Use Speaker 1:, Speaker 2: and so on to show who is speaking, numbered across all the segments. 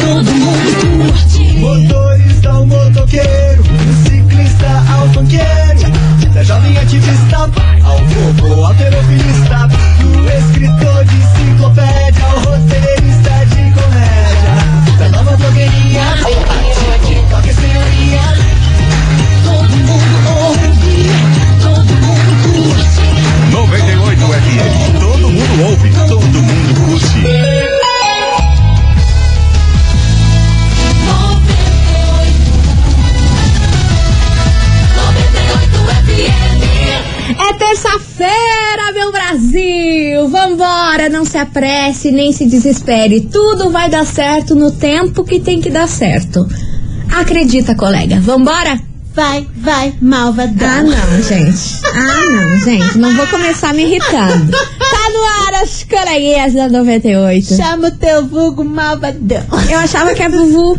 Speaker 1: todo mundo curte.
Speaker 2: Motorista ao motoqueiro, do ciclista ao funkeiro, da jovem ativista ao vovô alterofilista, do escritor de enciclopédia ao roteirista de comédia, da nova blogueirinha ao TikTok senhoria.
Speaker 1: Todo mundo ouve, todo mundo curte.
Speaker 3: 98 FM. Todo mundo ouve, todo mundo curte.
Speaker 1: 98 FM.
Speaker 4: É terça-feira, meu Brasil! Vambora, não se apresse nem se desespere. Tudo vai dar certo no tempo que tem que dar certo. Acredita, colega. Vambora?
Speaker 5: Vai, vai, malvadão.
Speaker 4: Ah, não, gente. Ah, não, gente. Não vou começar me irritando. Tá no ar as coleguinhas da 98.
Speaker 5: Chama o teu vulgo malvadão.
Speaker 4: Eu achava que é Vuvu.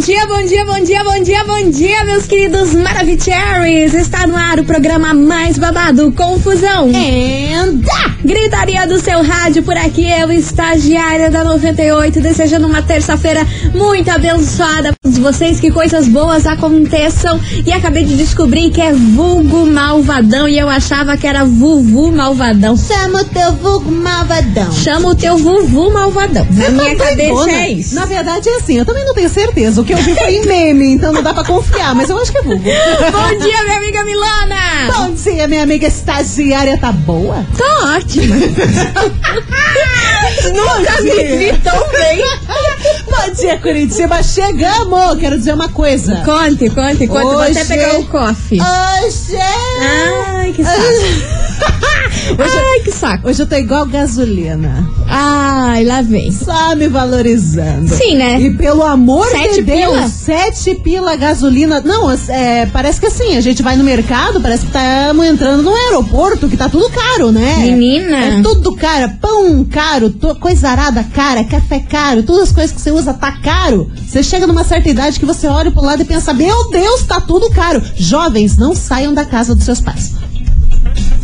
Speaker 4: dia, bom dia, bom dia, bom dia, bom dia, meus queridos Maravicheries! Está no ar o programa mais babado, Confusão.
Speaker 5: Anda!
Speaker 4: Gritaria do seu rádio por aqui, eu, estagiária da 98, desejando uma terça-feira muito abençoada para todos vocês, que coisas boas aconteçam. E acabei de descobrir que é vulgo malvadão e eu achava que era vuvu malvadão.
Speaker 5: Chama o teu vulgo malvadão.
Speaker 4: Chama o teu vuvu malvadão. Na minha
Speaker 6: Tá
Speaker 4: cabeça
Speaker 6: doidona.
Speaker 4: é isso.
Speaker 6: Na verdade é assim, eu também não tenho certeza. O que eu vi foi em meme, então não dá pra confiar, mas eu acho que é vulgo.
Speaker 4: Bom dia, minha amiga Milana!
Speaker 6: Bom dia, minha amiga estagiária, tá boa?
Speaker 4: Tá ótima. Nunca me vi tão bem.
Speaker 6: Bom dia, Curitiba, chegamos! Quero dizer uma coisa.
Speaker 4: Conte, conte, conte. Vou até
Speaker 6: Hoje-
Speaker 4: pegar o coffee.
Speaker 6: Hoje... é-
Speaker 4: Ai, que saco. Ai, que saco.
Speaker 6: Hoje eu tô igual gasolina,
Speaker 4: Ai, lá vem.
Speaker 6: só me valorizando. E
Speaker 4: Sim, né?
Speaker 6: pelo amor
Speaker 4: Sete
Speaker 6: de Deus,
Speaker 4: pila?
Speaker 6: sete pila gasolina. Não, é, parece que assim, a gente vai no mercado, parece que estamos entrando num aeroporto, que tá tudo caro, né?
Speaker 4: Menina.
Speaker 6: É tudo caro, pão caro, to- coisa arada cara, café caro, todas as coisas que você usa tá caro. Você chega numa certa idade que você olha pro lado e pensa, meu Deus, tá tudo caro. Jovens, não saiam da casa dos seus pais.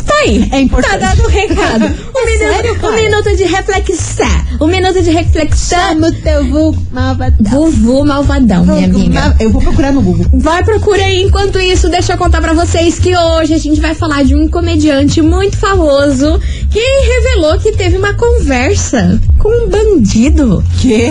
Speaker 4: Tá aí.
Speaker 6: É
Speaker 4: Tá
Speaker 6: importante.
Speaker 4: dado o recado. Um, minuto,
Speaker 6: sério,
Speaker 4: um
Speaker 6: cara?
Speaker 4: minuto de reflexão. Um minuto de reflexão.
Speaker 6: Chama o teu vulgo malvadão.
Speaker 4: Vovô malvadão, minha
Speaker 6: Vulgo
Speaker 4: amiga.
Speaker 6: mal- Eu vou procurar no Google.
Speaker 4: Vai, procura aí. Enquanto isso, deixa eu contar pra vocês que hoje a gente vai falar de um comediante muito famoso que revelou que teve uma conversa com um bandido. Ah,
Speaker 6: Quê?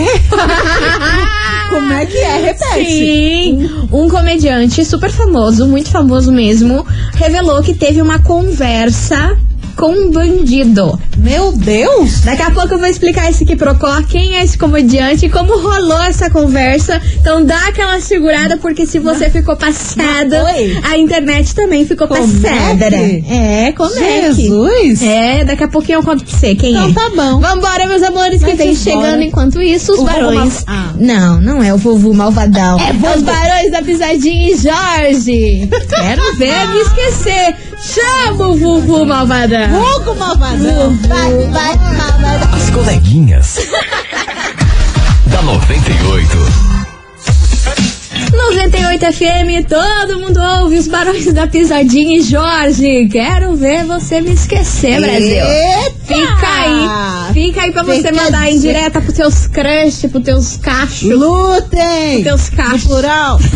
Speaker 6: Como é que é? Repete.
Speaker 4: Sim, um comediante super famoso, muito famoso mesmo, revelou que teve uma conversa com um bandido.
Speaker 6: Meu Deus!
Speaker 4: Daqui a pouco eu vou explicar esse Kiprocó, quem é esse comediante e como rolou essa conversa. Então dá aquela segurada, porque se você ficou passada,
Speaker 6: Oi.
Speaker 4: a internet também ficou
Speaker 6: Como
Speaker 4: passada.
Speaker 6: é
Speaker 4: né?
Speaker 6: que?
Speaker 4: É, como é que?
Speaker 6: Jesus!
Speaker 4: É, daqui a pouquinho eu conto pra você quem é.
Speaker 6: Então tá bom.
Speaker 4: Vambora, meus amores, que
Speaker 6: Vai
Speaker 4: vem
Speaker 6: embora.
Speaker 4: chegando enquanto isso, os
Speaker 6: O vovô mal-
Speaker 4: barões.
Speaker 6: Ah.
Speaker 4: Não, não é o vovô malvadão. É,
Speaker 6: vovô.
Speaker 4: os barões da pisadinha e Jorge. Quero ver me esquecer. Chama o vovô malvadão.
Speaker 6: Vulgo malvadão! Vai, vai, malvadão!
Speaker 7: As coleguinhas. da 98.
Speaker 4: 98 FM, todo mundo ouve os barões da pisadinha e Jorge. Quero ver você me esquecer, É Brasil.
Speaker 6: Eita!
Speaker 4: Fica aí, fica aí pra você
Speaker 6: Fica
Speaker 4: mandar em
Speaker 6: de-
Speaker 4: direta pros teus crush, pros teus cachos.
Speaker 6: Lutem!
Speaker 4: Teus cachos.
Speaker 6: Plural!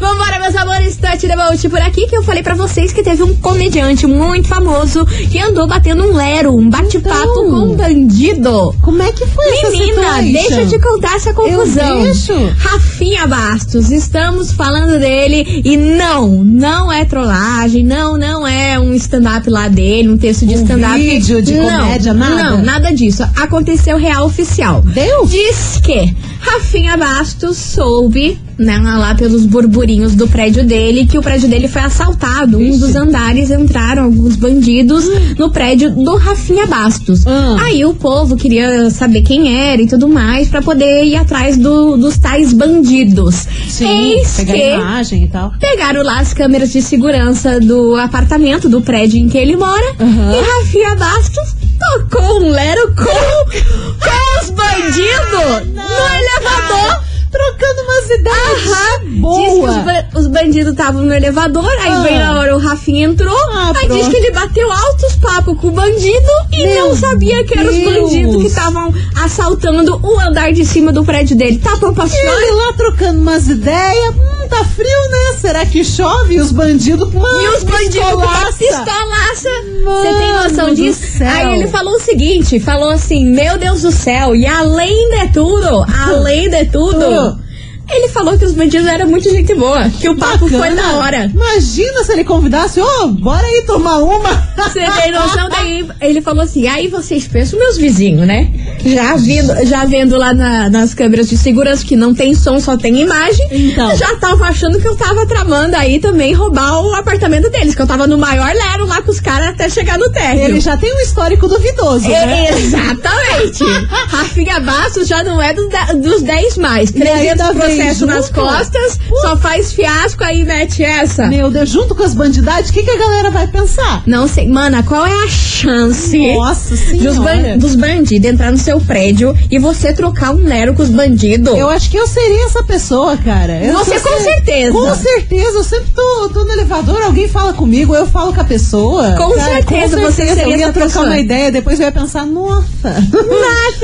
Speaker 4: Vambora, meus amores, Tati Debolt por aqui, que eu falei pra vocês que teve um comediante muito famoso que andou batendo um lero, um bate-papo
Speaker 6: Então.
Speaker 4: com um bandido.
Speaker 6: Como é que foi essa
Speaker 4: Menina,
Speaker 6: situation?
Speaker 4: deixa eu te contar essa confusão.
Speaker 6: deixo.
Speaker 4: Rafinha Bastos, estamos falando dele e não, não é trollagem, não, não é um stand-up lá dele, um texto de
Speaker 6: Um
Speaker 4: stand-up.
Speaker 6: vídeo de
Speaker 4: Não,
Speaker 6: comédia, nada?
Speaker 4: Não, nada disso. Aconteceu real oficial.
Speaker 6: Deus!
Speaker 4: Diz que Rafinha Bastos soube né, lá pelos burburinhos do prédio dele, que o prédio dele foi assaltado. Um dos andares entraram alguns bandidos no prédio do Rafinha Bastos.
Speaker 6: Ah.
Speaker 4: Aí o povo queria saber quem era e tudo mais pra poder ir atrás do- dos tais bandidos.
Speaker 6: Sim,
Speaker 4: Eis
Speaker 6: pegar
Speaker 4: que
Speaker 6: imagem e tal.
Speaker 4: pegaram lá as câmeras de segurança do apartamento, do prédio em que ele mora.
Speaker 6: Uhum.
Speaker 4: E Rafinha Bastos tocou um lero com, com os bandidos no elevador.
Speaker 6: Trocando umas ideias.
Speaker 4: Diz que
Speaker 6: Boa.
Speaker 4: os, ba- os bandidos estavam no elevador, aí
Speaker 6: Ah.
Speaker 4: veio na hora o Rafinha entrou,
Speaker 6: Ah,
Speaker 4: aí diz
Speaker 6: pronto.
Speaker 4: que ele bateu altos papos com o bandido e
Speaker 6: Meu
Speaker 4: não sabia que eram os
Speaker 6: Deus.
Speaker 4: bandidos que estavam assaltando o andar de cima do prédio dele. Tá, papai?
Speaker 6: E ele lá trocando umas ideias. Hum, tá frio, né? Será que chove? E os bandidos com uma
Speaker 4: E os bandidos com uma
Speaker 6: pistolaça.
Speaker 4: pistolaça.
Speaker 6: Mano
Speaker 4: Você tem noção
Speaker 6: do
Speaker 4: disso?
Speaker 6: céu.
Speaker 4: Aí ele falou o seguinte: falou assim, meu Deus do céu, e além de tudo, além de
Speaker 6: Ah.
Speaker 4: tudo. Ele falou que os bandidos eram muito gente boa, que o papo foi
Speaker 6: Bacana.
Speaker 4: da hora.
Speaker 6: Imagina se ele convidasse, ô, bora aí tomar uma.
Speaker 4: Você tem noção daí? Ele falou assim: aí vocês pensam, meus vizinhos, né? Já vendo, já vendo lá na- nas câmeras de segurança que não tem som, só tem imagem.
Speaker 6: Então.
Speaker 4: Já tava achando que eu tava tramando aí também roubar o apartamento deles, que eu tava no maior lero lá com os caras até chegar no térreo.
Speaker 6: Ele já tem um histórico duvidoso, né?
Speaker 4: É, Exatamente. Rafinha Bastos já não é do da- dos 10 mais.
Speaker 6: E ainda
Speaker 4: 300
Speaker 6: vem
Speaker 4: processos nas
Speaker 6: junto?
Speaker 4: costas, só faz fiasco aí mete essa.
Speaker 6: Meu Deus, junto com as bandidades, o que, que a galera vai pensar?
Speaker 4: Não sei, mana, qual é a chance
Speaker 6: Nossa
Speaker 4: É. dos, ban
Speaker 6: senhora.
Speaker 4: dos bandidos entrar no seu prédio e você trocar um Nero com os bandidos?
Speaker 6: Eu acho que eu seria essa pessoa, cara. Eu
Speaker 4: Você
Speaker 6: sou
Speaker 4: com
Speaker 6: se-
Speaker 4: certeza.
Speaker 6: Com certeza. Eu sempre tô, tô no elevador, alguém fala comigo, eu falo com a pessoa.
Speaker 4: Com certeza você seria
Speaker 6: Eu ia
Speaker 4: essa
Speaker 6: trocar
Speaker 4: pessoa.
Speaker 6: uma ideia, depois eu ia pensar, nossa.
Speaker 4: Nossa, não tá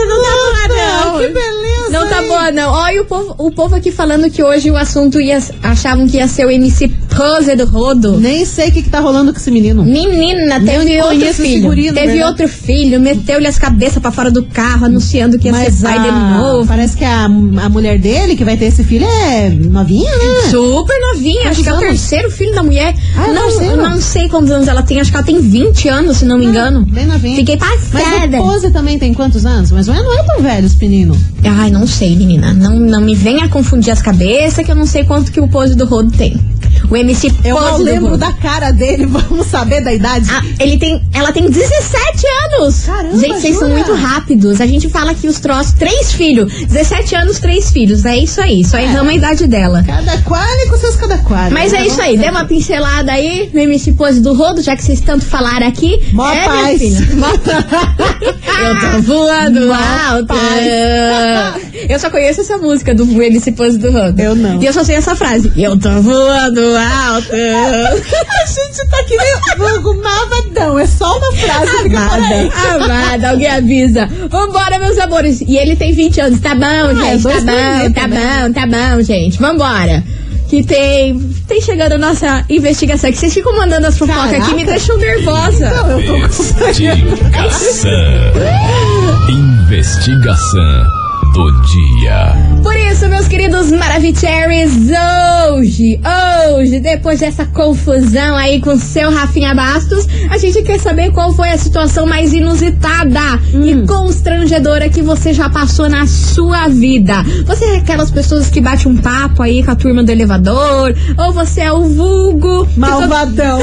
Speaker 6: Nossa,
Speaker 4: boa, não.
Speaker 6: que beleza,
Speaker 4: Não tá
Speaker 6: hein?
Speaker 4: boa, não. Olha o povo, o povo aqui falando que hoje o assunto ia. Achavam que ia ser o MC Pose do Rodo.
Speaker 6: Nem sei o que, que tá rolando com esse menino.
Speaker 4: Menina, teve outro
Speaker 6: conheço esse
Speaker 4: filho.
Speaker 6: guri, na
Speaker 4: teve
Speaker 6: verdade.
Speaker 4: outro filho, meteu-lhe as cabeças pra fora do carro, anunciando que ia ser pai
Speaker 6: a-
Speaker 4: de novo.
Speaker 6: Parece que a, a mulher dele, que vai ter esse filho, é novinha, né?
Speaker 4: Super novinha,
Speaker 6: Quantos
Speaker 4: acho que é o
Speaker 6: anos?
Speaker 4: terceiro filho da mulher.
Speaker 6: Ah, é o
Speaker 4: não,
Speaker 6: terceiro?
Speaker 4: não sei quantos anos ela tem, acho que ela tem 20 anos, se não me engano.
Speaker 6: Bem novinha.
Speaker 4: Fiquei
Speaker 6: Mas
Speaker 4: passada.
Speaker 6: o Pose também tem quantos anos? Mas não é, não é tão velho esse menino.
Speaker 4: Ai, não sei, menina. Não, não me venha confundir as cabeças, que eu não sei quanto que o pose do rodo tem. O MC Pose
Speaker 6: Eu não
Speaker 4: do
Speaker 6: lembro
Speaker 4: Rodo.
Speaker 6: da cara dele, vamos saber da idade.
Speaker 4: Ah, ele tem, ela tem 17 anos.
Speaker 6: Caramba,
Speaker 4: gente, vocês são
Speaker 6: jura?
Speaker 4: muito rápidos. A gente fala que os troços, três filhos, 17 anos, três filhos. É isso aí, só erramos a idade dela.
Speaker 6: Cada quale com seus cada quale.
Speaker 4: Mas é
Speaker 6: né?
Speaker 4: isso aí, dê uma pincelada aí no MC Pose do Rodo, já que vocês tanto falaram aqui.
Speaker 6: Mó
Speaker 4: é,
Speaker 6: paz.
Speaker 4: Minha filha. Mó Eu tô voando
Speaker 6: Mó
Speaker 4: alto.
Speaker 6: paz.
Speaker 4: Eu só conheço essa música do MC Pose do Rodo.
Speaker 6: Eu não.
Speaker 4: E eu só sei essa frase. Eu tô voando alto.
Speaker 6: É. A gente tá que nem vulgo mavadão. É só uma frase que fica por aí.
Speaker 4: Amada, amada, alguém avisa. Vambora, meus amores. E ele tem 20 anos. Tá
Speaker 6: Ah,
Speaker 4: bom, gente. Tá
Speaker 6: dois
Speaker 4: bom,
Speaker 6: três
Speaker 4: tá
Speaker 6: também.
Speaker 4: bom, tá bom, gente. Vambora. Que tem. Tem chegando a nossa investigação aqui. Vocês ficam mandando as fofocas
Speaker 6: Caraca.
Speaker 4: aqui, me deixam nervosa.
Speaker 6: Eu tô
Speaker 7: Investigação. Investigação do dia.
Speaker 4: Por isso, meus queridos Maravicheries, hoje, hoje, depois dessa confusão aí com o seu Rafinha Bastos, a gente quer saber qual foi a situação mais inusitada e constrangedora que você já passou na sua vida. Você é aquelas pessoas que bate um papo aí com a turma do elevador? Ou você é o vulgo? que
Speaker 6: malvadão.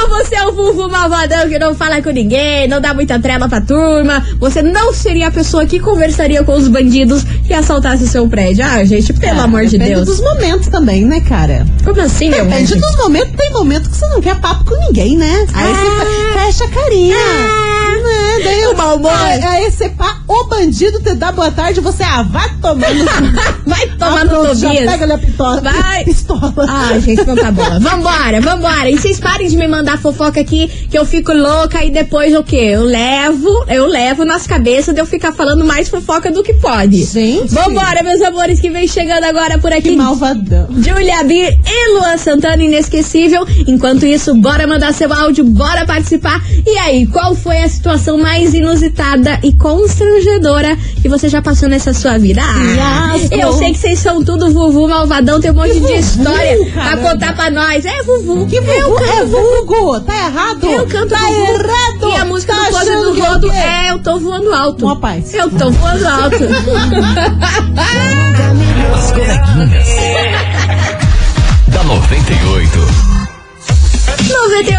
Speaker 4: Ou você é o vulvo malvadão que não fala com ninguém, não dá muita trela pra turma. Você não seria a pessoa que conversaria com os bandidos e assaltasse o seu prédio. Ah, gente, pelo
Speaker 6: Ah,
Speaker 4: amor de
Speaker 6: depende
Speaker 4: Deus.
Speaker 6: dos momentos também, né, cara?
Speaker 4: Como assim, meu
Speaker 6: Depende
Speaker 4: anjo?
Speaker 6: dos momentos. Tem momento que você não quer papo com ninguém, né? Aí você fe- fecha a carinha. Né? Daí
Speaker 4: Ah. O mau humor.
Speaker 6: Aí, aí você pá, o bandido te dá boa tarde, você ah, vai tomando.
Speaker 4: Vai tomar no
Speaker 6: Tá Já
Speaker 4: Tobias.
Speaker 6: pega ali a pistola.
Speaker 4: Vai.
Speaker 6: Pistola.
Speaker 4: Ah, gente, não tá boa. Vambora, vambora. E vocês parem de me mandar fofoca aqui, que eu fico louca e depois o quê? Eu levo, eu levo nas cabeças de eu ficar falando mais fofoca do que pode.
Speaker 6: Gente.
Speaker 4: Vambora, meus amores, que vem chegando agora por aqui.
Speaker 6: Que malvadão.
Speaker 4: Julia B e Luan Santana inesquecível. Enquanto isso, bora mandar seu áudio, bora participar. E aí, qual foi a situação mais inusitada e constrangedora que você já passou nessa sua vida. Ah,
Speaker 6: Fiasco.
Speaker 4: eu sei que vocês são tudo Vuvu malvadão, tem um monte de
Speaker 6: Vuvu,
Speaker 4: história
Speaker 6: caramba.
Speaker 4: pra contar pra nós. É Vuvu.
Speaker 6: Que
Speaker 4: é o
Speaker 6: vulgo, é
Speaker 4: canto
Speaker 6: vulgo, tá errado.
Speaker 4: Eu canto
Speaker 6: tá
Speaker 4: Gugu.
Speaker 6: errado.
Speaker 4: E a música
Speaker 6: tá
Speaker 4: do Pose
Speaker 6: achando que
Speaker 4: do
Speaker 6: é o
Speaker 4: Rodo
Speaker 6: quê?
Speaker 4: é Eu Tô Voando Alto.
Speaker 6: Uma paz.
Speaker 4: Eu Tô Voando Alto.
Speaker 7: As coleguinhas. da 98.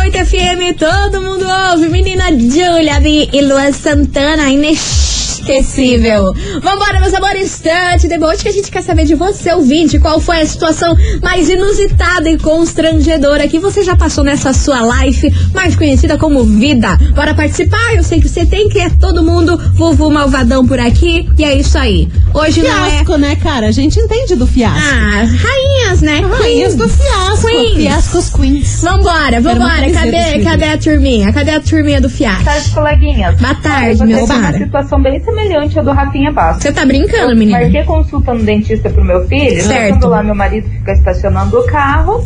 Speaker 4: 98 FM, todo mundo ouve. Menina Julia B e Luan Santana, inesquecível. Vambora, meus amores, instante. Depois que a gente quer saber de você, ouvinte, qual foi a situação mais inusitada e constrangedora que você já passou nessa sua life, mais conhecida como vida. Bora participar? Eu sei que você tem, que é todo mundo. Vuvu Malvadão por aqui. E é isso aí. Hoje não é.
Speaker 6: Fiasco, né, cara? A gente entende do fiasco.
Speaker 4: Ah, rainhas, né?
Speaker 6: Rainhas do fiasco.
Speaker 4: Queens.
Speaker 6: Fiascos queens.
Speaker 4: Vambora, vambora.
Speaker 6: Quero uma camiseta
Speaker 4: Cadê,
Speaker 6: desse
Speaker 4: cadê a turminha? Cadê a turminha do Fiat?
Speaker 8: Boa
Speaker 6: Tá.
Speaker 8: tarde, coleguinhas.
Speaker 4: Boa tarde,
Speaker 8: Eu vou
Speaker 4: meu
Speaker 8: ter uma
Speaker 4: cara.
Speaker 8: situação bem semelhante à do Rafinha Bastos.
Speaker 4: Você tá brincando, menina?
Speaker 8: Marquei consulta no dentista pro meu filho.
Speaker 4: Certo. Uhum.
Speaker 8: Quando lá meu marido fica estacionando o carro.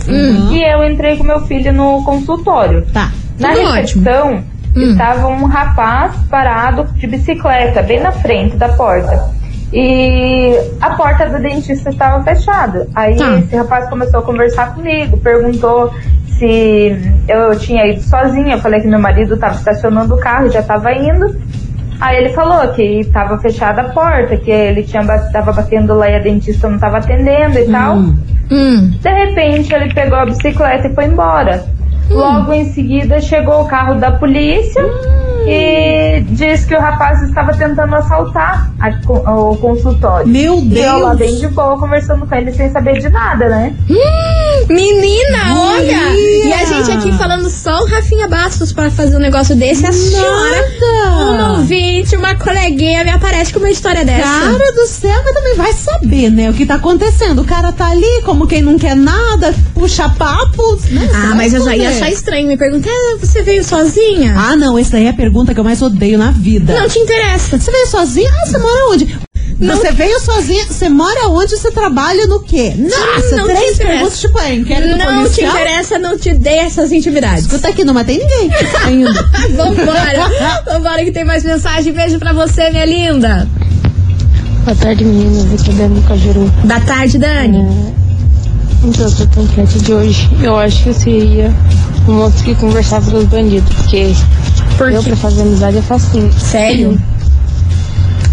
Speaker 8: E eu entrei com meu filho no consultório.
Speaker 6: Tá.
Speaker 8: Na
Speaker 4: Tudo
Speaker 8: recepção
Speaker 4: Hum.
Speaker 8: estava um rapaz parado de bicicleta, bem na frente da porta. E a porta do dentista estava fechada. Aí
Speaker 4: Tá.
Speaker 8: esse rapaz começou a conversar comigo, perguntou se eu tinha ido sozinha. Eu falei que meu marido estava estacionando o carro e já estava indo. Aí ele falou que estava fechada a porta, que ele tinha ba- tava batendo lá e a dentista não estava atendendo e tal.
Speaker 4: Hum.
Speaker 8: De repente, ele pegou a bicicleta e foi embora.
Speaker 6: Hum.
Speaker 8: Logo em seguida, chegou o carro da polícia
Speaker 6: Hum.
Speaker 8: e disse que o rapaz estava tentando assaltar a co- o consultório.
Speaker 6: Meu
Speaker 8: E eu lá bem
Speaker 6: Deus.
Speaker 8: de boa conversando com ele sem saber de nada, né?
Speaker 4: Hum, Menina, olha! E a
Speaker 6: Menina!
Speaker 4: gente aqui falando só o Rafinha Bastos pra fazer um negócio desse. A senhora, uma
Speaker 6: Nada.
Speaker 4: ouvinte, uma coleguinha, me aparece com uma história dessa.
Speaker 6: Cara do céu, mas também vai saber, né? O que tá acontecendo. O cara tá ali como quem não quer nada, puxa papos. né?
Speaker 4: Ah,
Speaker 6: Vai
Speaker 4: mas eu já ia
Speaker 6: saber.
Speaker 4: achar estranho. Me perguntar, ah, você veio sozinha?
Speaker 6: Ah, não, essa daí é a pergunta que eu mais odeio na vida.
Speaker 4: Não te interessa.
Speaker 6: Você veio sozinha? Ah, você mora onde?
Speaker 4: Não-
Speaker 6: Você veio sozinha? Você mora onde? Você trabalha no quê? Nossa,
Speaker 4: Não te
Speaker 6: três
Speaker 4: interessa.
Speaker 6: perguntas tipo é, inquérito
Speaker 4: Não te
Speaker 6: policial.
Speaker 4: interessa, não te dei essas intimidades.
Speaker 6: Escuta aqui, não matei ninguém ainda.
Speaker 4: Vambora! Vambora que tem mais mensagem. Beijo pra você, minha linda.
Speaker 9: Boa tarde, meninas. Aqui é a Dani do Cajuru.
Speaker 4: Boa tarde, Dani.
Speaker 6: Hum,
Speaker 9: Então, eu tô com a enquete de hoje. Eu acho que eu seria um moço que conversava com os bandidos, porque
Speaker 4: Por
Speaker 9: eu,
Speaker 4: quê?
Speaker 9: pra fazer amizade, é facinho.
Speaker 4: Sério?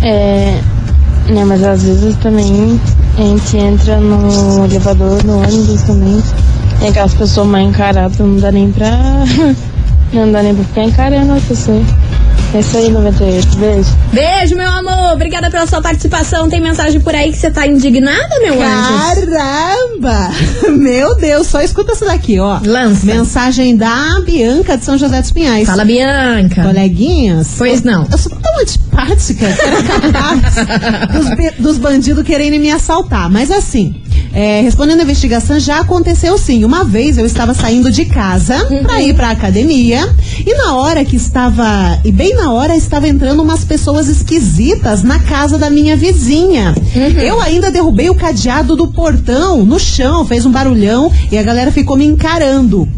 Speaker 9: É, né, mas às vezes também a gente entra no elevador, no ônibus também. Tem aquelas pessoas mais encaradas, não dá nem pra. não dá nem pra ficar encarando as pessoas. É isso aí, 98. Beijo.
Speaker 4: Beijo, meu amor. Obrigada pela sua participação. Tem mensagem por aí que você tá indignada, meu anjo?
Speaker 6: Caramba! Meu Deus, só escuta essa daqui, ó.
Speaker 4: Lança.
Speaker 6: Mensagem da Bianca de São José dos Pinhais.
Speaker 4: Fala, Bianca.
Speaker 6: Coleguinhas?
Speaker 4: Pois não.
Speaker 6: Eu sou tão antipática que era capaz dos, be- dos bandidos quererem me assaltar. Mas assim, é, respondendo a investigação, já aconteceu sim. Uma vez eu estava saindo de casa
Speaker 4: Uhum.
Speaker 6: pra ir pra academia e na hora que estava. E bem na hora estava entrando umas pessoas esquisitas na casa da minha vizinha.
Speaker 4: Uhum.
Speaker 6: Eu ainda derrubei o cadeado do portão no chão, fez um barulhão e a galera ficou me encarando.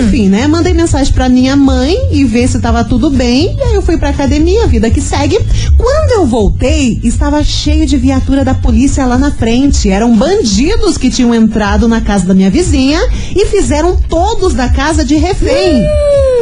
Speaker 6: Enfim, né? Mandei mensagem pra minha mãe e ver se tava tudo bem. E aí eu fui pra academia, vida que segue. Quando eu voltei, estava cheio de viatura da polícia lá na frente. Eram bandidos que tinham entrado na casa da minha vizinha e fizeram todos da casa de refém.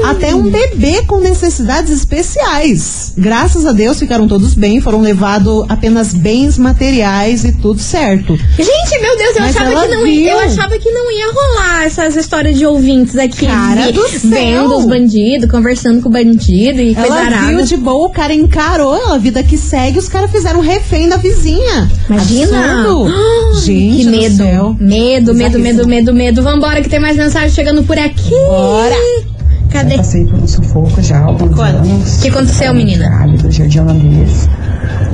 Speaker 6: Até um bebê com necessidades especiais. Graças a Deus ficaram todos bem, foram levados apenas bens materiais e tudo certo.
Speaker 4: Gente, meu Deus, eu
Speaker 6: Mas
Speaker 4: achava,
Speaker 6: ela
Speaker 4: que não ia, eu
Speaker 6: viu.
Speaker 4: achava que não ia rolar essas histórias de ouvintes aqui.
Speaker 6: Cara
Speaker 4: vi-
Speaker 6: do céu.
Speaker 4: Vendo os bandidos, conversando com o bandido e coisa
Speaker 6: Ela
Speaker 4: arada.
Speaker 6: viu de boa, o cara encarou a vida que segue, os caras fizeram um refém da vizinha.
Speaker 4: Imagina!
Speaker 6: Absurdo.
Speaker 4: Ah,
Speaker 6: Gente,
Speaker 4: que
Speaker 6: do
Speaker 4: medo.
Speaker 6: céu.
Speaker 4: Medo, medo,
Speaker 6: Bizarríssimo.
Speaker 4: medo, medo, medo. Vambora que tem mais mensagem chegando por aqui.
Speaker 6: Bora.
Speaker 4: Cadê?
Speaker 10: Passei por um sufoco já há alguns
Speaker 6: Quando?
Speaker 10: anos.
Speaker 4: O que aconteceu, menina?
Speaker 10: Trabalho do Jardim Holandês.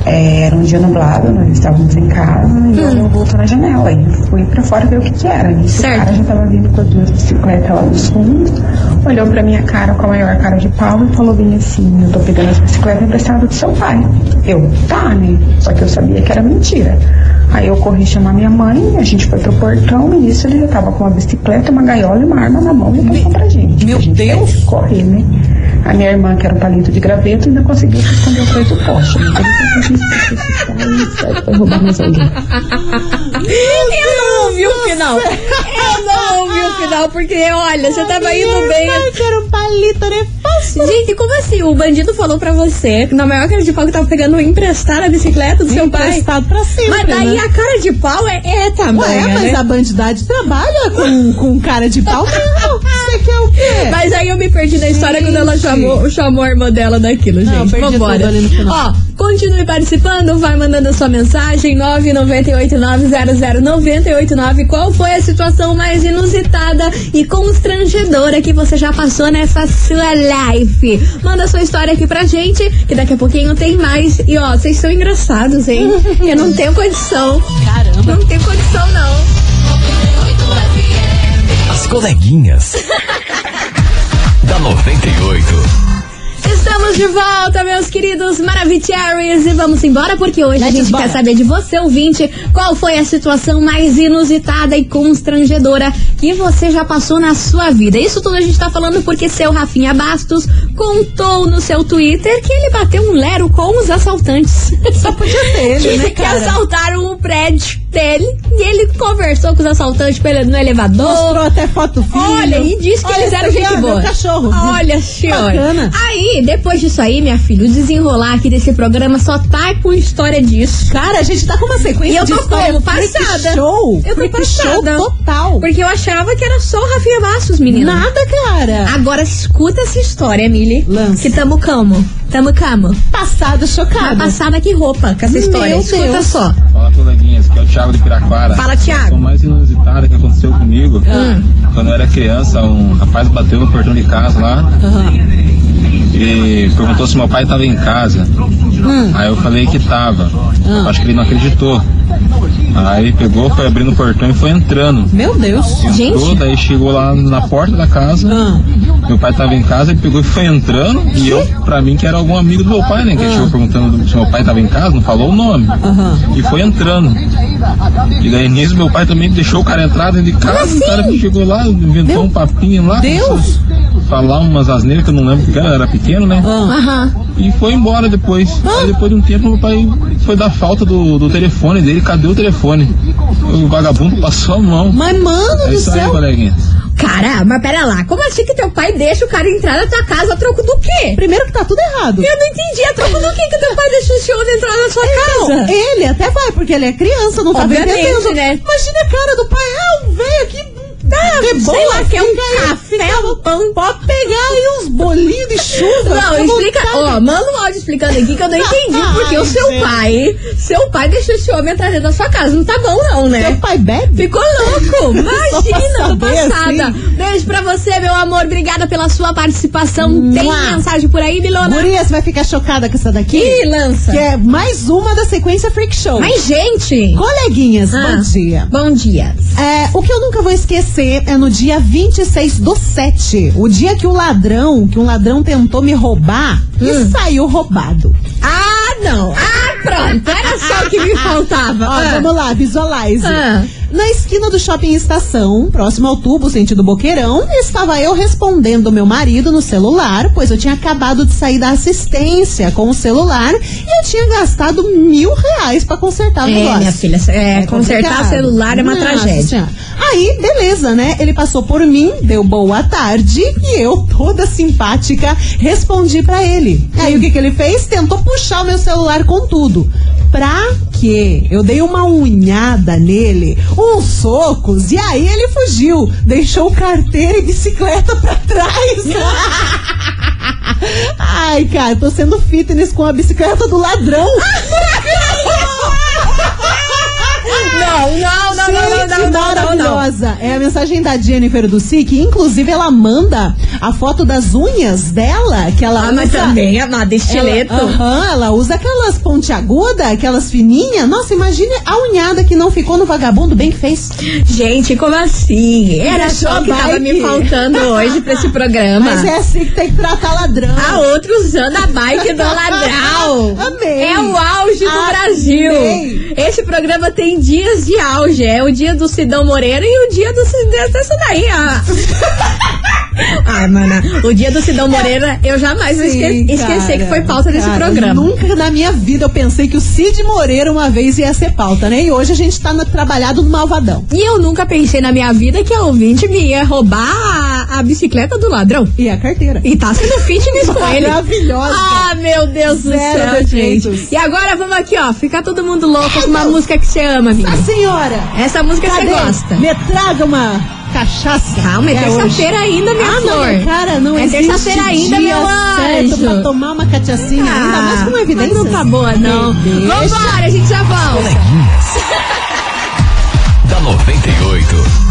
Speaker 10: É, era um dia nublado, nós estávamos em casa e eu voltou na janela. E fui pra fora ver o que que era. E esse
Speaker 4: Certo.
Speaker 10: cara já tava vindo com as duas bicicletas lá dos fundos. Olhou pra minha cara com a maior cara de pau e falou bem assim: Eu tô pegando as bicicletas emprestadas do seu pai. Eu, tá, né? Só que eu sabia que era mentira. Aí eu corri chamar minha mãe, a gente foi pro portão e nisso ele já tava com uma bicicleta, uma gaiola e uma arma na mão e apontou pra gente.
Speaker 6: Meu
Speaker 10: a gente
Speaker 6: Deus!
Speaker 10: correr, né? A minha irmã, que era um palito de graveto, ainda conseguiu se esconder atrás do poste. Mas ele assim, sempre disse que tá vai roubar mais alguém.
Speaker 4: Eu não ouvi o final. Eu não ouvi o final, porque olha, você tava indo bem.
Speaker 6: Quero um palito nefasto.
Speaker 4: Gente, como assim? O bandido falou pra você, na maior cara de pau, que tava pegando emprestar a bicicleta do seu pai.
Speaker 6: Emprestado pra sempre,
Speaker 4: Mas daí
Speaker 6: né?
Speaker 4: a cara de pau é, é
Speaker 6: Ué,
Speaker 4: tamanha,
Speaker 6: mas
Speaker 4: né?
Speaker 6: a bandidade trabalha com, com cara de pau mesmo. Você quer o quê?
Speaker 4: Mas aí eu me perdi na história quando ela chamou, chamou a irmã dela daquilo,
Speaker 6: Não,
Speaker 4: gente.
Speaker 6: perdi
Speaker 4: Vambora.
Speaker 6: tudo ali no final.
Speaker 4: Ó, continue participando, vai mandando a sua mensagem 998900989. Qual foi a situação mais inusitada e constrangedora que você já passou nessa sua life? Manda sua história aqui pra gente, que daqui a pouquinho tem mais. E ó, vocês são engraçados, hein? Eu não tenho condição. Caramba. Não tenho condição, não.
Speaker 7: As coleguinhas. da 98.
Speaker 4: Estamos de volta, meus queridos Maravicheries, e vamos embora porque hoje a gente quer saber de você, ouvinte, qual foi a situação mais inusitada e constrangedora que você já passou na sua vida. Isso tudo a gente tá falando porque seu Rafinha Bastos contou no seu Twitter que ele bateu um lero com os assaltantes. Só podia
Speaker 6: ser ele,
Speaker 4: que,
Speaker 6: né,
Speaker 4: que
Speaker 6: cara?
Speaker 4: assaltaram o prédio dele e ele conversou com os assaltantes pelo- no elevador.
Speaker 6: Mostrou até foto do filho.
Speaker 4: Olha, e disse que
Speaker 6: Olha,
Speaker 4: eles eram
Speaker 6: esse aqui,
Speaker 4: gente
Speaker 6: ó,
Speaker 4: boa.
Speaker 6: meu cachorro.
Speaker 4: Olha, senhora.
Speaker 6: Bacana.
Speaker 4: Aí, depois disso aí, minha filha, o desenrolar aqui desse programa só tá com história disso.
Speaker 6: Cara, a gente tá com uma
Speaker 4: E
Speaker 6: sequência
Speaker 4: eu
Speaker 6: de
Speaker 4: tô
Speaker 6: história
Speaker 4: como?
Speaker 6: freak
Speaker 4: Passada.
Speaker 6: Show.
Speaker 4: Eu tô
Speaker 6: freak
Speaker 4: passada.
Speaker 6: Show total.
Speaker 4: Porque eu achava que era só o Rafinha Bastos, menina.
Speaker 6: Nada, cara.
Speaker 4: Agora escuta essa história, Emily.
Speaker 6: Lança.
Speaker 4: Que tamo camo. Tamo camo.
Speaker 6: Passada chocada.
Speaker 4: Mas passada que roupa com essa história.
Speaker 6: Tá Meu
Speaker 4: escuta
Speaker 6: Deus.
Speaker 4: só.
Speaker 11: Fala coleguinhas, aqui é o Thiago de Piraquara.
Speaker 4: Fala,
Speaker 11: A
Speaker 4: Thiago.
Speaker 11: situação mais inusitada que aconteceu comigo,
Speaker 4: Hum.
Speaker 11: quando eu era criança, um rapaz bateu no portão de casa lá e perguntou se meu pai estava em casa. Aí eu falei que tava. Acho que ele não acreditou. Aí ele pegou, foi abrindo o portão e foi entrando.
Speaker 6: Meu Deus.
Speaker 11: Entrou, daí chegou lá na porta da casa. Meu pai tava em casa, ele pegou e foi entrando. E eu, pra mim, que era algum amigo do meu pai, né? Que ele chegou perguntando se meu pai tava em casa, não falou o nome. E foi entrando. E daí nisso, meu pai também deixou o cara entrar dentro de casa.
Speaker 4: assim?
Speaker 11: O cara chegou lá, inventou um papinho
Speaker 4: É
Speaker 11: lá.
Speaker 6: Deus.
Speaker 11: Falar umas asneiras que eu não lembro que era, era pequeno, né?
Speaker 4: Aham.
Speaker 11: E foi embora depois. Aí depois de um tempo, meu pai foi dar falta do, do telefone dele. Cadê o telefone? O vagabundo passou a mão.
Speaker 6: Mas, mano
Speaker 11: É
Speaker 6: do
Speaker 11: isso aí,
Speaker 6: céu.
Speaker 11: coleguinha.
Speaker 4: Cara, mas pera lá. Como assim que teu pai deixa o cara entrar na tua casa a troco do quê?
Speaker 6: Primeiro que tá tudo errado.
Speaker 4: Eu não entendi. A troco do quê que teu pai deixa o senhor entrar na sua casa?
Speaker 6: Não, ele até vai, porque ele é criança, não tá
Speaker 4: Obviamente,
Speaker 6: entendendo.
Speaker 4: né?
Speaker 6: Imagina a cara do pai, ah, um velho aqui.
Speaker 4: Ah,
Speaker 6: de boa,
Speaker 4: sei lá, quer um
Speaker 6: fica aí,
Speaker 4: café,
Speaker 6: fica-
Speaker 4: um pão.
Speaker 6: Pode pegar aí uns bolinhos de chuva.
Speaker 4: Não,
Speaker 6: fica à
Speaker 4: explica.
Speaker 6: vontade.
Speaker 4: Ó, manda um áudio explicando aqui que eu não entendi porque o seu
Speaker 6: Ai,
Speaker 4: pai, seu pai deixou esse homem entrar dentro da sua casa. Não tá bom, não,
Speaker 6: Seu
Speaker 4: né?
Speaker 6: pai bebe?
Speaker 4: Ficou louco! Imagina, tô
Speaker 6: Só pra saber,
Speaker 4: passada!
Speaker 6: assim.
Speaker 4: Beijo pra você, meu amor. Obrigada pela sua participação.
Speaker 6: Mua.
Speaker 4: Tem mensagem por aí, Milona?
Speaker 6: Guria, você vai ficar chocada com essa daqui?
Speaker 4: Ih, lança!
Speaker 6: Que é mais uma da sequência Freak Show.
Speaker 4: Mas, gente!
Speaker 6: Coleguinhas,
Speaker 4: Ah.
Speaker 6: bom dia.
Speaker 4: Bom dia.
Speaker 6: É, o que eu nunca vou esquecer é no dia 26 do 7. O dia que o ladrão, que um ladrão tentou me roubar e saiu roubado.
Speaker 4: Hum. Ah, não! Ah, pronto! Era só o que me faltava.
Speaker 6: Ó,
Speaker 4: Ah.
Speaker 6: vamos lá, visualize.
Speaker 4: Ah.
Speaker 6: Na esquina do shopping estação, próximo ao tubo, sentido Boqueirão, estava eu respondendo meu marido no celular, pois eu tinha acabado de sair da assistência com o celular e eu tinha gastado mil reais pra consertar o
Speaker 4: É,
Speaker 6: negócio.
Speaker 4: minha filha, é, consertar
Speaker 6: complicado.
Speaker 4: celular é uma
Speaker 6: Nossa
Speaker 4: tragédia.
Speaker 6: Senhora. Aí, beleza, né? Ele passou por mim, deu boa tarde e eu, toda simpática, respondi pra ele. Aí o que que ele fez? Tentou puxar o meu celular com tudo. Pra quê? Eu dei uma unhada nele, uns socos, e aí ele fugiu. Deixou carteira e bicicleta pra trás. Ai, cara, tô sendo fitness com a bicicleta do ladrão.
Speaker 4: Não, não, não, não, não,
Speaker 6: Gente,
Speaker 4: não, não, não, não.
Speaker 6: maravilhosa. É a mensagem da Jennifer do SIC. Inclusive, ela manda a foto das unhas dela, que ela
Speaker 4: Ah,
Speaker 6: usa.
Speaker 4: mas também, amada, estilete.
Speaker 6: Ela, Aham, ela usa aquelas pontiagudas, aquelas fininhas. Nossa, imagine a unhada que não ficou no vagabundo, bem que fez.
Speaker 4: Gente, como assim? Era
Speaker 6: Deixou
Speaker 4: só o que
Speaker 6: a
Speaker 4: tava
Speaker 6: bike.
Speaker 4: me faltando hoje pra esse programa.
Speaker 6: Mas é assim que tem que tratar ladrão.
Speaker 4: A outra usando a bike do Ladral.
Speaker 6: Amei.
Speaker 4: É o auge do
Speaker 6: Amei.
Speaker 4: Brasil. Esse programa tem dias de auge. É o dia do Sidão Moreira e o dia do Sidão dessa daí. A... Ai, mana, o dia do Sidão Moreira, eu jamais vou esque
Speaker 6: Sim,
Speaker 4: esquecer
Speaker 6: cara.
Speaker 4: que foi pauta desse
Speaker 6: Cara,
Speaker 4: programa.
Speaker 6: Nunca na minha vida eu pensei que o Cid Moreira uma vez ia ser pauta, né? E hoje a gente tá na- trabalhado no Malvadão.
Speaker 4: E eu nunca pensei na minha vida que a ouvinte me ia roubar a, a bicicleta do ladrão.
Speaker 6: E a carteira.
Speaker 4: E tá sendo fitness com ele.
Speaker 6: Maravilhosa.
Speaker 4: Ah, meu Deus do
Speaker 6: Zero
Speaker 4: céu,
Speaker 6: defeitos.
Speaker 4: gente. E agora vamos aqui, ó. Ficar todo mundo louco com uma música que você ama, Vini.
Speaker 6: A senhora!
Speaker 4: Essa música você
Speaker 6: cadê?
Speaker 4: gosta.
Speaker 6: Me traga uma cachaça.
Speaker 4: Calma, é terça-feira
Speaker 6: hoje.
Speaker 4: ainda, minha
Speaker 6: ah,
Speaker 4: flor.
Speaker 6: Não, cara, não
Speaker 4: É
Speaker 6: existe
Speaker 4: terça-feira ainda,
Speaker 6: dia
Speaker 4: meu
Speaker 6: certo
Speaker 4: anjo. Ah,
Speaker 6: pra tomar uma cachaçinha, ainda mais com uma evidência.
Speaker 4: mas não tá boa, não.
Speaker 6: Bebê.
Speaker 4: Vambora, a gente já volta.
Speaker 7: Da 98.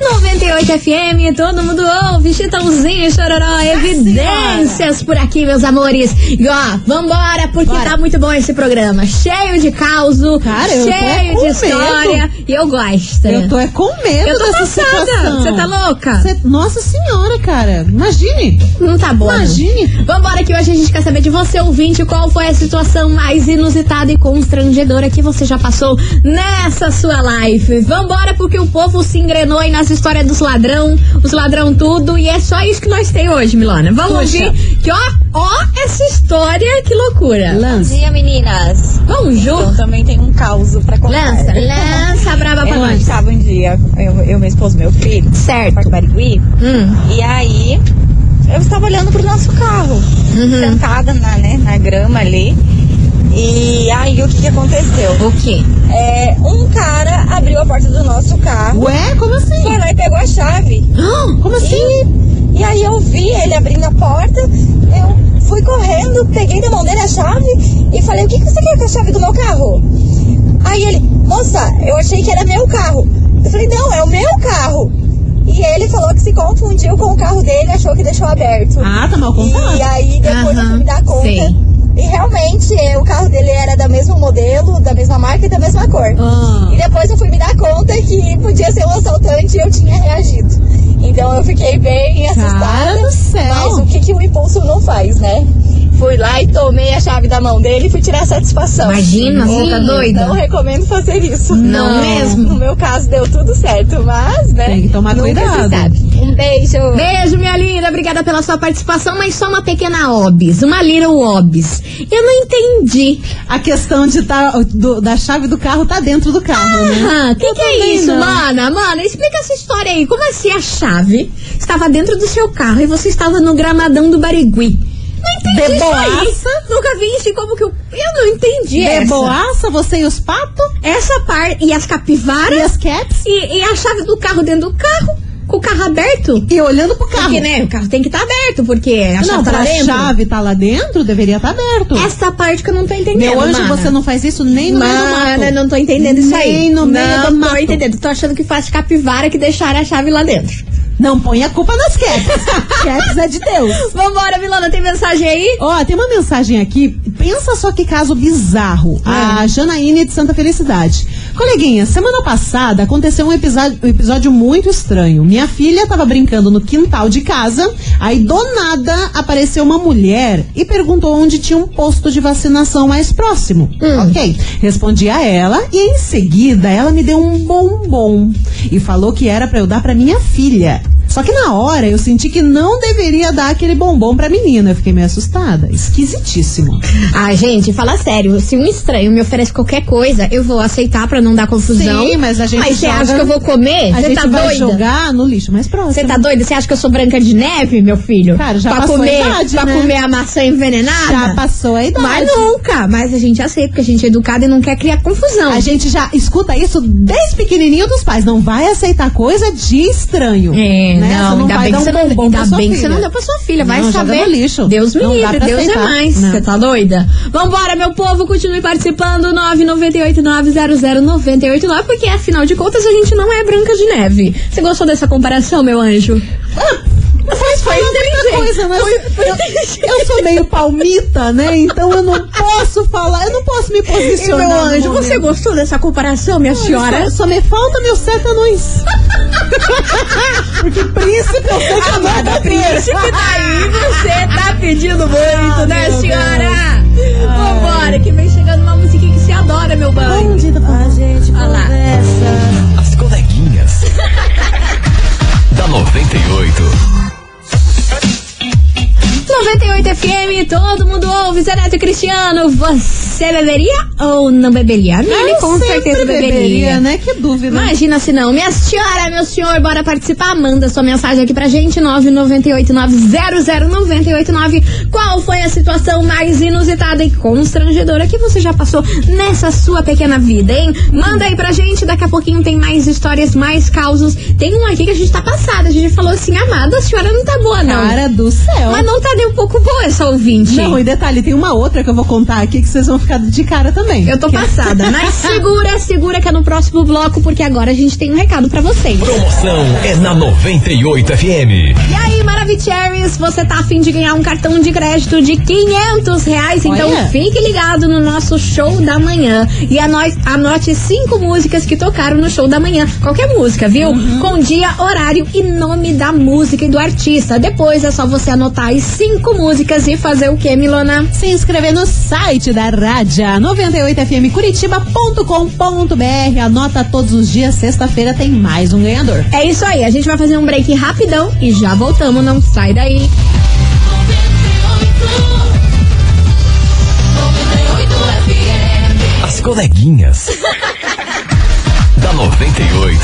Speaker 4: 98 FM, todo mundo ouve, Chitãozinho e Chororó, evidências por aqui, meus amores. E ó, vambora, porque tá muito bom esse programa. Cheio de caos,
Speaker 6: Cara, eu tô
Speaker 4: cheio
Speaker 6: com
Speaker 4: de
Speaker 6: medo.
Speaker 4: história. E eu gosto.
Speaker 6: Eu tô é com medo
Speaker 4: Eu tô
Speaker 6: dessa
Speaker 4: passada.
Speaker 6: situação.
Speaker 4: Você tá louca?
Speaker 6: Cê- Nossa senhora, cara. Imagine.
Speaker 4: Não tá bom.
Speaker 6: Imagine.
Speaker 4: Vambora que hoje a gente quer saber de você, ouvinte, qual foi a situação mais inusitada e constrangedora que você já passou nessa sua live. Vambora porque o povo se engrenou aí nas histórias dos ladrão, os ladrão tudo, e é só isso que nós tem hoje, Milona. Vamos
Speaker 6: Puxa.
Speaker 4: ouvir que ó, ó essa história, que loucura.
Speaker 6: Lance.
Speaker 12: dia, meninas. Eu
Speaker 4: Bonjour.
Speaker 12: também tenho um caos pra contar.
Speaker 4: Lança, lança a braba pra
Speaker 12: Eu
Speaker 4: nós.
Speaker 12: estava um dia, eu, eu meu esposo, meu filho,
Speaker 4: Certo.
Speaker 12: Parque Barigui,
Speaker 4: Hum.
Speaker 12: e aí eu estava olhando pro nosso carro,
Speaker 4: uhum.
Speaker 12: sentada na, né, na grama ali. E aí o que, que aconteceu?
Speaker 4: O quê?
Speaker 12: É, um cara abriu a porta do nosso carro,
Speaker 6: Ué, como assim?
Speaker 12: foi lá e pegou a chave.
Speaker 6: Como assim?
Speaker 12: E, e aí eu vi ele abrindo a porta, eu fui correndo, peguei da mão dele a chave e falei, o que, que você quer com a chave do meu carro? Aí ele, moça, eu achei que era meu carro. Eu falei, não, é o meu carro. E ele falou que se confundiu com o carro dele, achou que deixou aberto.
Speaker 6: Ah, tá mal contado.
Speaker 12: E aí depois eu
Speaker 4: Aham,
Speaker 12: fui me dar conta.
Speaker 4: sei.
Speaker 12: E realmente eh, o carro dele era da mesmo modelo, da mesma marca e da mesma cor.
Speaker 6: Ah.
Speaker 12: E depois eu fui me dar conta que podia ser um assaltante e eu tinha reagido. Então eu fiquei bem assustada.
Speaker 6: Cara do céu.
Speaker 12: Mas o que, que o impulso não faz, né? Fui lá e tomei a chave da mão dele e fui tirar a satisfação.
Speaker 4: Imagina, você tá doida?
Speaker 12: Não recomendo fazer isso.
Speaker 4: Não mesmo?
Speaker 12: No meu caso deu tudo certo, mas, né?
Speaker 6: Tem que tomar
Speaker 12: nunca
Speaker 6: cuidado.
Speaker 12: Se sabe. Um beijo.
Speaker 4: Beijo, minha linda. Obrigada pela sua participação, mas só uma pequena obis, uma little obis. Eu não entendi.
Speaker 6: A questão de tá, do- da chave do carro tá dentro do carro, né?
Speaker 4: Ah, que que é
Speaker 6: também
Speaker 4: isso,
Speaker 6: não.
Speaker 4: mana? Mana, explica essa história aí. Como assim a chave estava dentro do seu carro e você estava no gramadão do Barigui? Não entendi isso aí.
Speaker 6: Deboaça.
Speaker 4: Nunca vi isso e como que eu... Eu não entendi essa.
Speaker 6: Deboaça, você e os patos?
Speaker 4: Essa parte e as
Speaker 6: E
Speaker 4: capivaras
Speaker 6: as caps?
Speaker 4: e, e a chave do carro dentro do carro, com o carro aberto.
Speaker 6: E olhando pro carro.
Speaker 4: Porque, né, o carro tem que estar aberto, porque a chave
Speaker 6: não,
Speaker 4: tá lá
Speaker 6: pra
Speaker 4: dentro. É assim
Speaker 6: chave tá lá dentro, deveria estar aberto.
Speaker 4: Essa parte que eu não tô entendendo,
Speaker 6: Meu anjo,
Speaker 4: mana.
Speaker 6: você não faz isso nem no meio do mato.
Speaker 4: Mana, não tô entendendo isso aí.
Speaker 6: Nem no meio
Speaker 4: não
Speaker 6: do
Speaker 4: tô
Speaker 6: mato.
Speaker 4: entendendo. Tô achando que faz de capivara que deixaram a chave lá dentro.
Speaker 6: Não põe a culpa nas caps. caps é de Deus.
Speaker 4: Vambora, Milana, tem mensagem aí?
Speaker 6: Ó, tem uma mensagem aqui. Pensa só que caso bizarro. A Janaíne de Santa Felicidade. Coleguinha, semana passada aconteceu um episódio, um episódio muito estranho. Minha filha estava brincando no quintal de casa, aí do nada apareceu uma mulher e perguntou onde tinha um posto de vacinação mais próximo. Ok. Respondi a ela e em seguida ela me deu um bombom e falou que era pra eu dar pra minha filha. Só que na hora eu senti que não deveria dar aquele bombom pra menina. Eu fiquei meio assustada. Esquisitíssimo.
Speaker 4: Ah, gente, fala sério. Se um estranho me oferece qualquer coisa, eu vou aceitar pra não dar confusão.
Speaker 6: Sim, mas a gente
Speaker 4: Mas você
Speaker 6: joga-
Speaker 4: acha que eu vou comer?
Speaker 6: a
Speaker 4: Você
Speaker 6: gente
Speaker 4: tá
Speaker 6: vai
Speaker 4: doida?
Speaker 6: jogar no lixo mais próximo.
Speaker 4: Você tá doida? Você acha que eu sou branca de neve, meu filho?
Speaker 6: Cara, já
Speaker 4: pra
Speaker 6: passou a
Speaker 4: comer,
Speaker 6: idade,
Speaker 4: pra
Speaker 6: né?
Speaker 4: comer a maçã envenenada?
Speaker 6: Já passou a idade.
Speaker 4: Mas nunca. Mas a gente aceita, porque a gente é educada e não quer criar confusão.
Speaker 6: A gente já escuta isso desde pequenininho dos pais. Não vai aceitar coisa de estranho.
Speaker 4: É,
Speaker 6: né?
Speaker 4: não, ainda
Speaker 6: vai
Speaker 4: bem,
Speaker 6: dar
Speaker 4: que
Speaker 6: um
Speaker 4: você não,
Speaker 6: bombom pra
Speaker 4: ainda
Speaker 6: sua
Speaker 4: bem que
Speaker 6: filha.
Speaker 4: você não deu pra sua filha. Vai
Speaker 6: Não, joga
Speaker 4: saber.
Speaker 6: no lixo.
Speaker 4: Deus me
Speaker 6: Não dá
Speaker 4: livre,
Speaker 6: pra
Speaker 4: Deus é
Speaker 6: aceitar.
Speaker 4: mais.
Speaker 6: Não.
Speaker 4: Você tá doida? Vambora, meu povo, continue participando. 998900989, porque afinal de contas a gente não é branca de neve. Você gostou dessa comparação, meu anjo?
Speaker 6: Ah,
Speaker 4: Mas foi
Speaker 6: outra
Speaker 4: inteligente.
Speaker 6: coisa, mas
Speaker 4: Foi- foi inteligente.
Speaker 6: eu, eu sou meio palmita, né? Então eu não posso falar, eu não posso me
Speaker 4: E, meu
Speaker 6: posicionar. no
Speaker 4: anjo, você
Speaker 6: momento.
Speaker 4: gostou dessa comparação, minha senhora?
Speaker 6: Só, só me falta meus sete anões. Porque príncipe é eu sei que eu não vou ter.
Speaker 4: Príncipe daí, você tá pedindo muito, né,
Speaker 6: meu
Speaker 4: senhora? Vambora, que vem chegando uma musiquinha que você adora, meu banho.
Speaker 6: A gente
Speaker 4: Olha lá.
Speaker 7: As coleguinhas. da 98.
Speaker 4: 98 FM, todo mundo ouve, Zeneto e Cristiano. Você beberia ou não beberia? Mili,
Speaker 6: Eu
Speaker 4: com
Speaker 6: sempre
Speaker 4: certeza beberia.
Speaker 6: beberia, né? Que dúvida.
Speaker 4: Imagina se não. Minha senhora, meu senhor, bora participar. Manda sua mensagem aqui pra gente, 998900989. Qual foi a situação mais inusitada e constrangedora que você já passou nessa sua pequena vida, hein? Manda aí pra gente, daqui a pouquinho tem mais histórias, mais causos. Tem um aqui que a gente tá passada, a gente falou assim, amada, a senhora não tá boa, não.
Speaker 6: Cara do céu.
Speaker 4: Mas não tá nem um pouco boa essa ouvinte.
Speaker 6: Não, e detalhe, tem uma outra que eu vou contar aqui que vocês vão ficar de cara também.
Speaker 4: Eu tô passada, mas segura, segura que é no próximo bloco, porque agora a gente tem um recado pra vocês.
Speaker 7: Promoção é na 98 FM.
Speaker 4: E aí, Maravicheries, você tá afim de ganhar um cartão de crédito de 500 reais? Então
Speaker 1: Olha.
Speaker 4: fique ligado no nosso show da manhã. E ano- anote cinco músicas que tocaram no show da manhã. Qualquer música, viu? Com dia, horário e nome da música e do artista. Depois é só você anotar as cinco músicas e fazer o que, Milona?
Speaker 6: Se inscrever no site da Rádio 98fmcuritiba.com.br. Anota todos os dias, sexta-feira tem mais um ganhador.
Speaker 4: É isso aí, a gente vai fazer um break rapidão e já voltamos, não sai daí.
Speaker 7: As coleguinhas. da 98.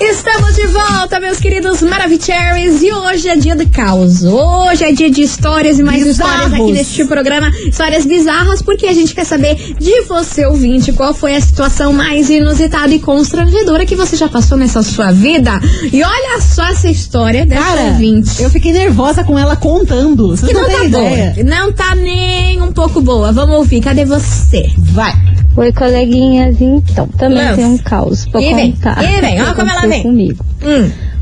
Speaker 4: Estamos de volta, meus queridos Maravicheries, e hoje é dia do caos. Hoje é dia de histórias e mais histórias aqui
Speaker 6: Bizarros.
Speaker 4: neste programa. Histórias bizarras, porque a gente quer saber de você, ouvinte, qual foi a situação mais inusitada e constrangedora que você já passou nessa sua vida. E olha só essa história dessa
Speaker 6: Cara,
Speaker 4: ouvinte.
Speaker 6: eu fiquei nervosa com ela contando. Vocês
Speaker 4: que não,
Speaker 6: não,
Speaker 4: tá
Speaker 6: têm ideia.
Speaker 4: boa. Não tá nem um pouco boa. Vamos ouvir, cadê você?
Speaker 6: Vai.
Speaker 13: Oi, coleguinhas. Então, também
Speaker 4: Lança.
Speaker 13: tem um caos pra
Speaker 4: E vem,
Speaker 13: contar.
Speaker 4: e vem,
Speaker 13: que
Speaker 4: ó como ela
Speaker 13: aconteceu
Speaker 4: vem. Hum.
Speaker 13: Comigo.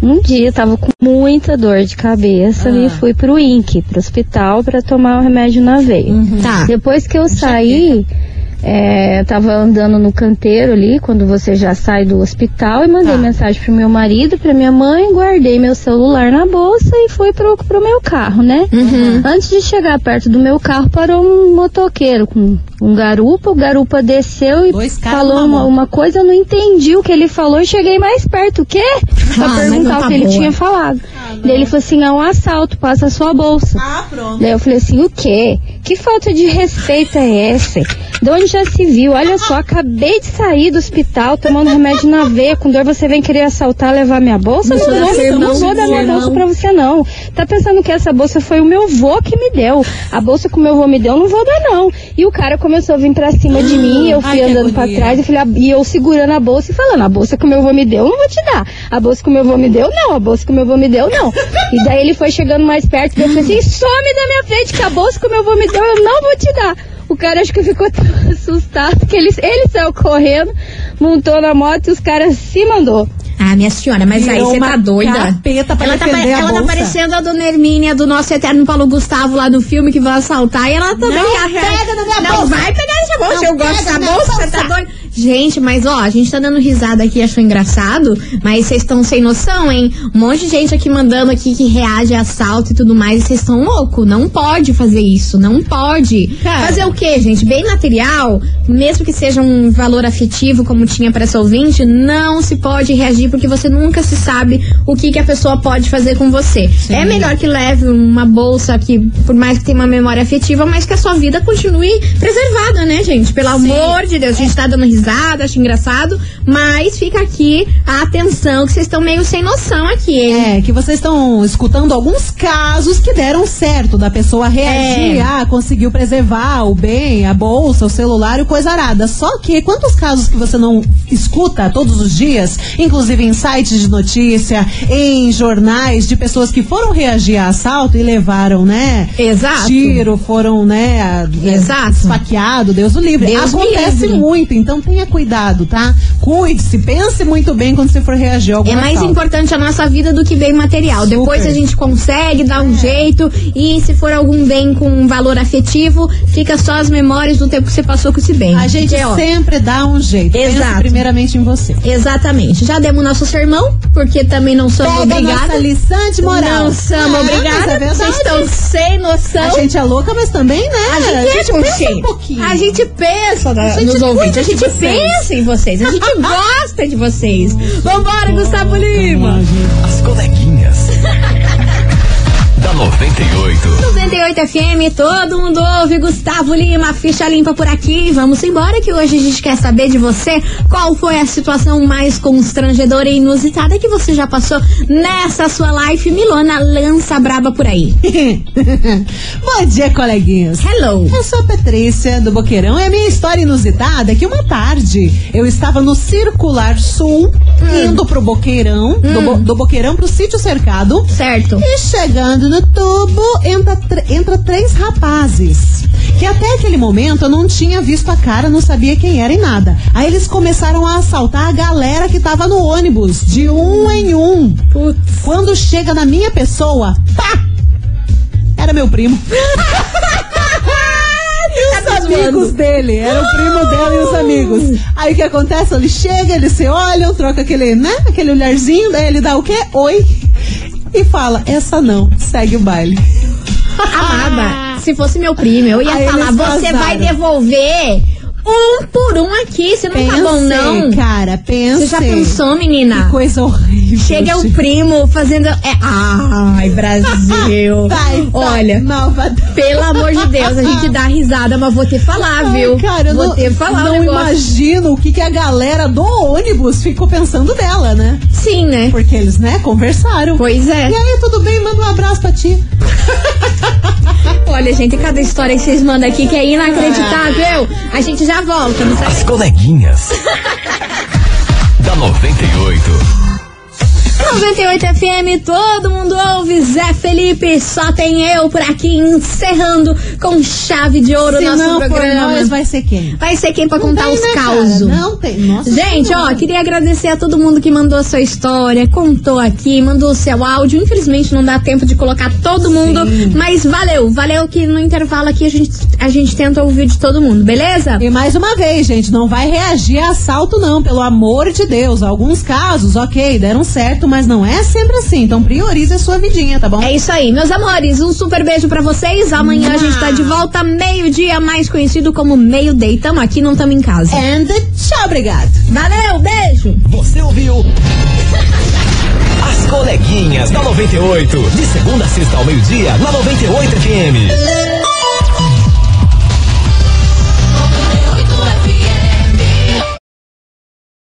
Speaker 13: Um dia eu tava com muita dor de cabeça e fui pro INC, pro hospital, pra tomar o remédio na veia.
Speaker 4: Tá.
Speaker 13: Depois que eu saí, é, eu tava andando no canteiro ali, quando você já sai do hospital, e mandei mensagem pro meu marido, pra minha mãe, guardei meu celular na bolsa e fui pro, pro meu carro, né? Antes de chegar perto do meu carro, parou um motoqueiro com um garupa, o garupa desceu e falou uma, uma coisa, eu não entendi o que ele falou e cheguei mais perto. O quê? Pra
Speaker 1: Ah, mas
Speaker 13: perguntar
Speaker 1: não tá
Speaker 13: o que ele
Speaker 1: boa.
Speaker 13: tinha falado. Daí ele falou assim: é um assalto, passa a sua bolsa.
Speaker 6: Ah, pronto.
Speaker 13: Daí eu falei assim: o quê? Que falta de respeito é essa? De onde já se viu? Olha só, acabei de sair do hospital tomando remédio na veia. Com dor você vem querer assaltar, levar minha bolsa?
Speaker 4: Não
Speaker 13: Não,
Speaker 4: dá
Speaker 13: vou,
Speaker 4: sermão,
Speaker 13: não vou dar minha
Speaker 4: sermão.
Speaker 13: bolsa pra você, não. Tá pensando que essa bolsa foi o meu vô que me deu. A bolsa que o meu vô me deu, eu não vou dar, não. E o cara começou a vir pra cima de mim, eu fui
Speaker 1: Ai, que
Speaker 13: andando pra
Speaker 1: agonia.
Speaker 13: trás e, falei, ah, e eu segurando a bolsa e falando, a bolsa que o meu vô me deu, eu não vou te dar. A bolsa que o meu vô me deu, não. A bolsa que o meu vô me deu, não. E daí ele foi chegando mais perto, daí eu falei assim, some da minha frente que a bolsa que o meu vô me deu, eu não vou te dar. O cara acho que ficou tão assustado que ele, ele saiu correndo, montou na moto e os caras se mandou.
Speaker 4: Ah, minha senhora, mas aí
Speaker 13: Virou
Speaker 4: você tá
Speaker 13: uma
Speaker 4: doida.
Speaker 13: capeta pra
Speaker 4: ela tá,
Speaker 13: defender a
Speaker 4: ela tá
Speaker 13: bolsa.
Speaker 4: parecendo a dona Hermínia do nosso eterno Paulo Gustavo lá do filme que vão assaltar e ela também
Speaker 1: Não
Speaker 4: a-
Speaker 1: pega da minha
Speaker 4: é. Não
Speaker 1: bolsa.
Speaker 4: vai pegar essa bolsa,
Speaker 1: Não
Speaker 4: eu gosto
Speaker 1: pega
Speaker 4: dessa
Speaker 1: da minha
Speaker 4: bolsa,
Speaker 1: bolsa.
Speaker 4: tá doida. Gente, mas ó, a gente tá dando risada aqui, achou engraçado, mas vocês estão sem noção, hein? Um monte de gente aqui mandando aqui que reage a assalto e tudo mais, e vocês estão louco, não pode fazer isso, não pode. Fazer o quê, gente? Bem material, mesmo que seja um valor afetivo como tinha pra essa ouvinte, não se pode reagir porque você nunca se sabe o que que a pessoa pode fazer com você. É melhor que leve uma bolsa que por mais que tenha uma memória afetiva, mas que a sua vida continue preservada, né, gente? Pelo amor de Deus, a gente tá dando risada, acho engraçado, mas fica aqui a atenção que vocês estão meio sem noção aqui, hein?
Speaker 6: É, que vocês estão escutando alguns casos que deram certo da pessoa reagir,
Speaker 4: É.
Speaker 6: ah, conseguiu preservar o bem, a bolsa, o celular e coisa arada. Só que quantos casos que você não escuta todos os dias, inclusive em sites de notícia, em jornais de pessoas que foram reagir a assalto e levaram, né?
Speaker 4: Exato.
Speaker 6: Tiro, foram, né? a-
Speaker 4: Exato.
Speaker 6: Esfaqueado, Deus o livre.
Speaker 4: Deus me
Speaker 6: Acontece
Speaker 4: livre.
Speaker 6: muito, então tenha cuidado, tá? Cuide-se, pense muito bem quando você for reagir a algum
Speaker 4: É mais
Speaker 6: assalto.
Speaker 4: importante a nossa vida do que bem material.
Speaker 6: Super.
Speaker 4: Depois a gente consegue dar um jeito e se for algum bem com um valor afetivo, fica só as memórias do tempo que você passou com esse bem.
Speaker 6: A gente
Speaker 4: Porque, Uhum. É, ó,
Speaker 6: sempre dá um jeito. Pensa
Speaker 4: Exato.
Speaker 6: primeiramente em você.
Speaker 4: Exatamente. Já demos nosso sermão, porque também não somos
Speaker 6: Pega a
Speaker 4: obrigados.
Speaker 6: nossa lição de moral.
Speaker 4: Não somos
Speaker 6: Ah,
Speaker 4: obrigados.
Speaker 6: mas é verdade.
Speaker 4: Vocês estão sem noção.
Speaker 6: A gente é louca, mas também, né?
Speaker 4: A gente, é
Speaker 6: pensa
Speaker 4: consciente.
Speaker 6: um pouquinho.
Speaker 4: A gente pensa na,
Speaker 6: A gente
Speaker 4: nos
Speaker 6: cuida
Speaker 4: ouvintes. A
Speaker 6: de
Speaker 4: gente
Speaker 6: vocês.
Speaker 4: pensa em vocês. A gente gosta de vocês. Vambora, Gustavo Lima.
Speaker 7: As coleguinhas. da 98.
Speaker 4: 98 98 FM, todo mundo ouve. Gustavo Lima, ficha limpa por aqui. Vamos embora que hoje a gente quer saber de você qual foi a situação mais constrangedora e inusitada que você já passou nessa sua live. Milona lança braba por aí. é-
Speaker 6: Bom dia, coleguinhas.
Speaker 4: Hello.
Speaker 6: Eu sou a Patrícia do Boqueirão e a minha história inusitada é que uma tarde eu estava no Circular Sul,
Speaker 4: Hum.
Speaker 6: indo pro Boqueirão, do, bo do Boqueirão pro sítio cercado.
Speaker 4: Certo.
Speaker 6: E chegando no tubo, entra, tr- entra três rapazes. Que até aquele momento eu não tinha visto a cara, não sabia quem era e nada. Aí eles começaram a assaltar a galera que tava no ônibus, de um em um. Quando chega na minha pessoa, pá! Era meu primo. E os amigos dele, era o primo dela e os amigos. Aí o que acontece? Ele chega, eles se olham, troca aquele, né? Aquele olharzinho, daí ele dá o quê? Oi. E fala, essa não, segue o baile.
Speaker 4: Tá Amada, se fosse meu primo, eu ia
Speaker 6: Aí
Speaker 4: falar,
Speaker 6: eles
Speaker 4: você
Speaker 6: vazaram.
Speaker 4: vai devolver um por um aqui, você não tá bom não.
Speaker 6: cara, pensa.
Speaker 4: Você já pensou, menina? Que
Speaker 6: coisa horrível.
Speaker 4: Chega o primo fazendo. É, ai, Brasil.
Speaker 6: Vai, vai,
Speaker 4: Olha,
Speaker 6: malvadão.
Speaker 4: pelo amor de Deus, a gente dá risada, mas vou ter que
Speaker 6: Ai,
Speaker 4: falar, Ah, viu?
Speaker 6: Cara, eu
Speaker 4: vou
Speaker 6: não,
Speaker 4: ter que falar o
Speaker 6: não
Speaker 4: negócio.
Speaker 6: imagino o que, que a galera do ônibus ficou pensando dela, né?
Speaker 4: Sim, né?
Speaker 6: Porque eles, né, conversaram.
Speaker 4: Pois é.
Speaker 6: E aí, tudo bem? Manda um abraço pra ti.
Speaker 4: Olha, gente, cada história que vocês mandam aqui que é inacreditável. A gente já volta, não sai
Speaker 7: As coleguinhas. da 98.
Speaker 4: 98 FM, todo mundo ouve. Zé Felipe, só tem eu por aqui encerrando com chave de ouro o
Speaker 6: Se
Speaker 4: nosso
Speaker 6: não for
Speaker 4: programa.
Speaker 6: nós, vai ser quem?
Speaker 4: Vai ser quem pra
Speaker 6: Não
Speaker 4: contar
Speaker 6: tem,
Speaker 4: os
Speaker 6: né, cara?
Speaker 4: causos.
Speaker 6: Não tem. Nossa
Speaker 4: Gente,
Speaker 6: Senhora.
Speaker 4: ó, queria agradecer a todo mundo que mandou a sua história, contou aqui, mandou o seu áudio. Infelizmente não dá tempo de colocar todo mundo, mas valeu, valeu que no intervalo aqui a gente, a gente tenta ouvir de todo mundo, beleza?
Speaker 6: E mais uma vez, gente, não vai reagir a assalto, não, pelo amor de Deus. Alguns casos, ok, deram certo, mas não é sempre assim. Então priorize a sua vidinha, tá bom?
Speaker 4: É isso aí, meus amores. Um super beijo pra vocês. Amanhã a gente tá de volta, meio-dia, mais conhecido como meio day. Tamo aqui, não tamo em casa.
Speaker 6: And tchau, obrigado.
Speaker 4: Valeu, beijo!
Speaker 7: Você ouviu? As coleguinhas da 98. De segunda a sexta ao meio-dia, na 98 FM.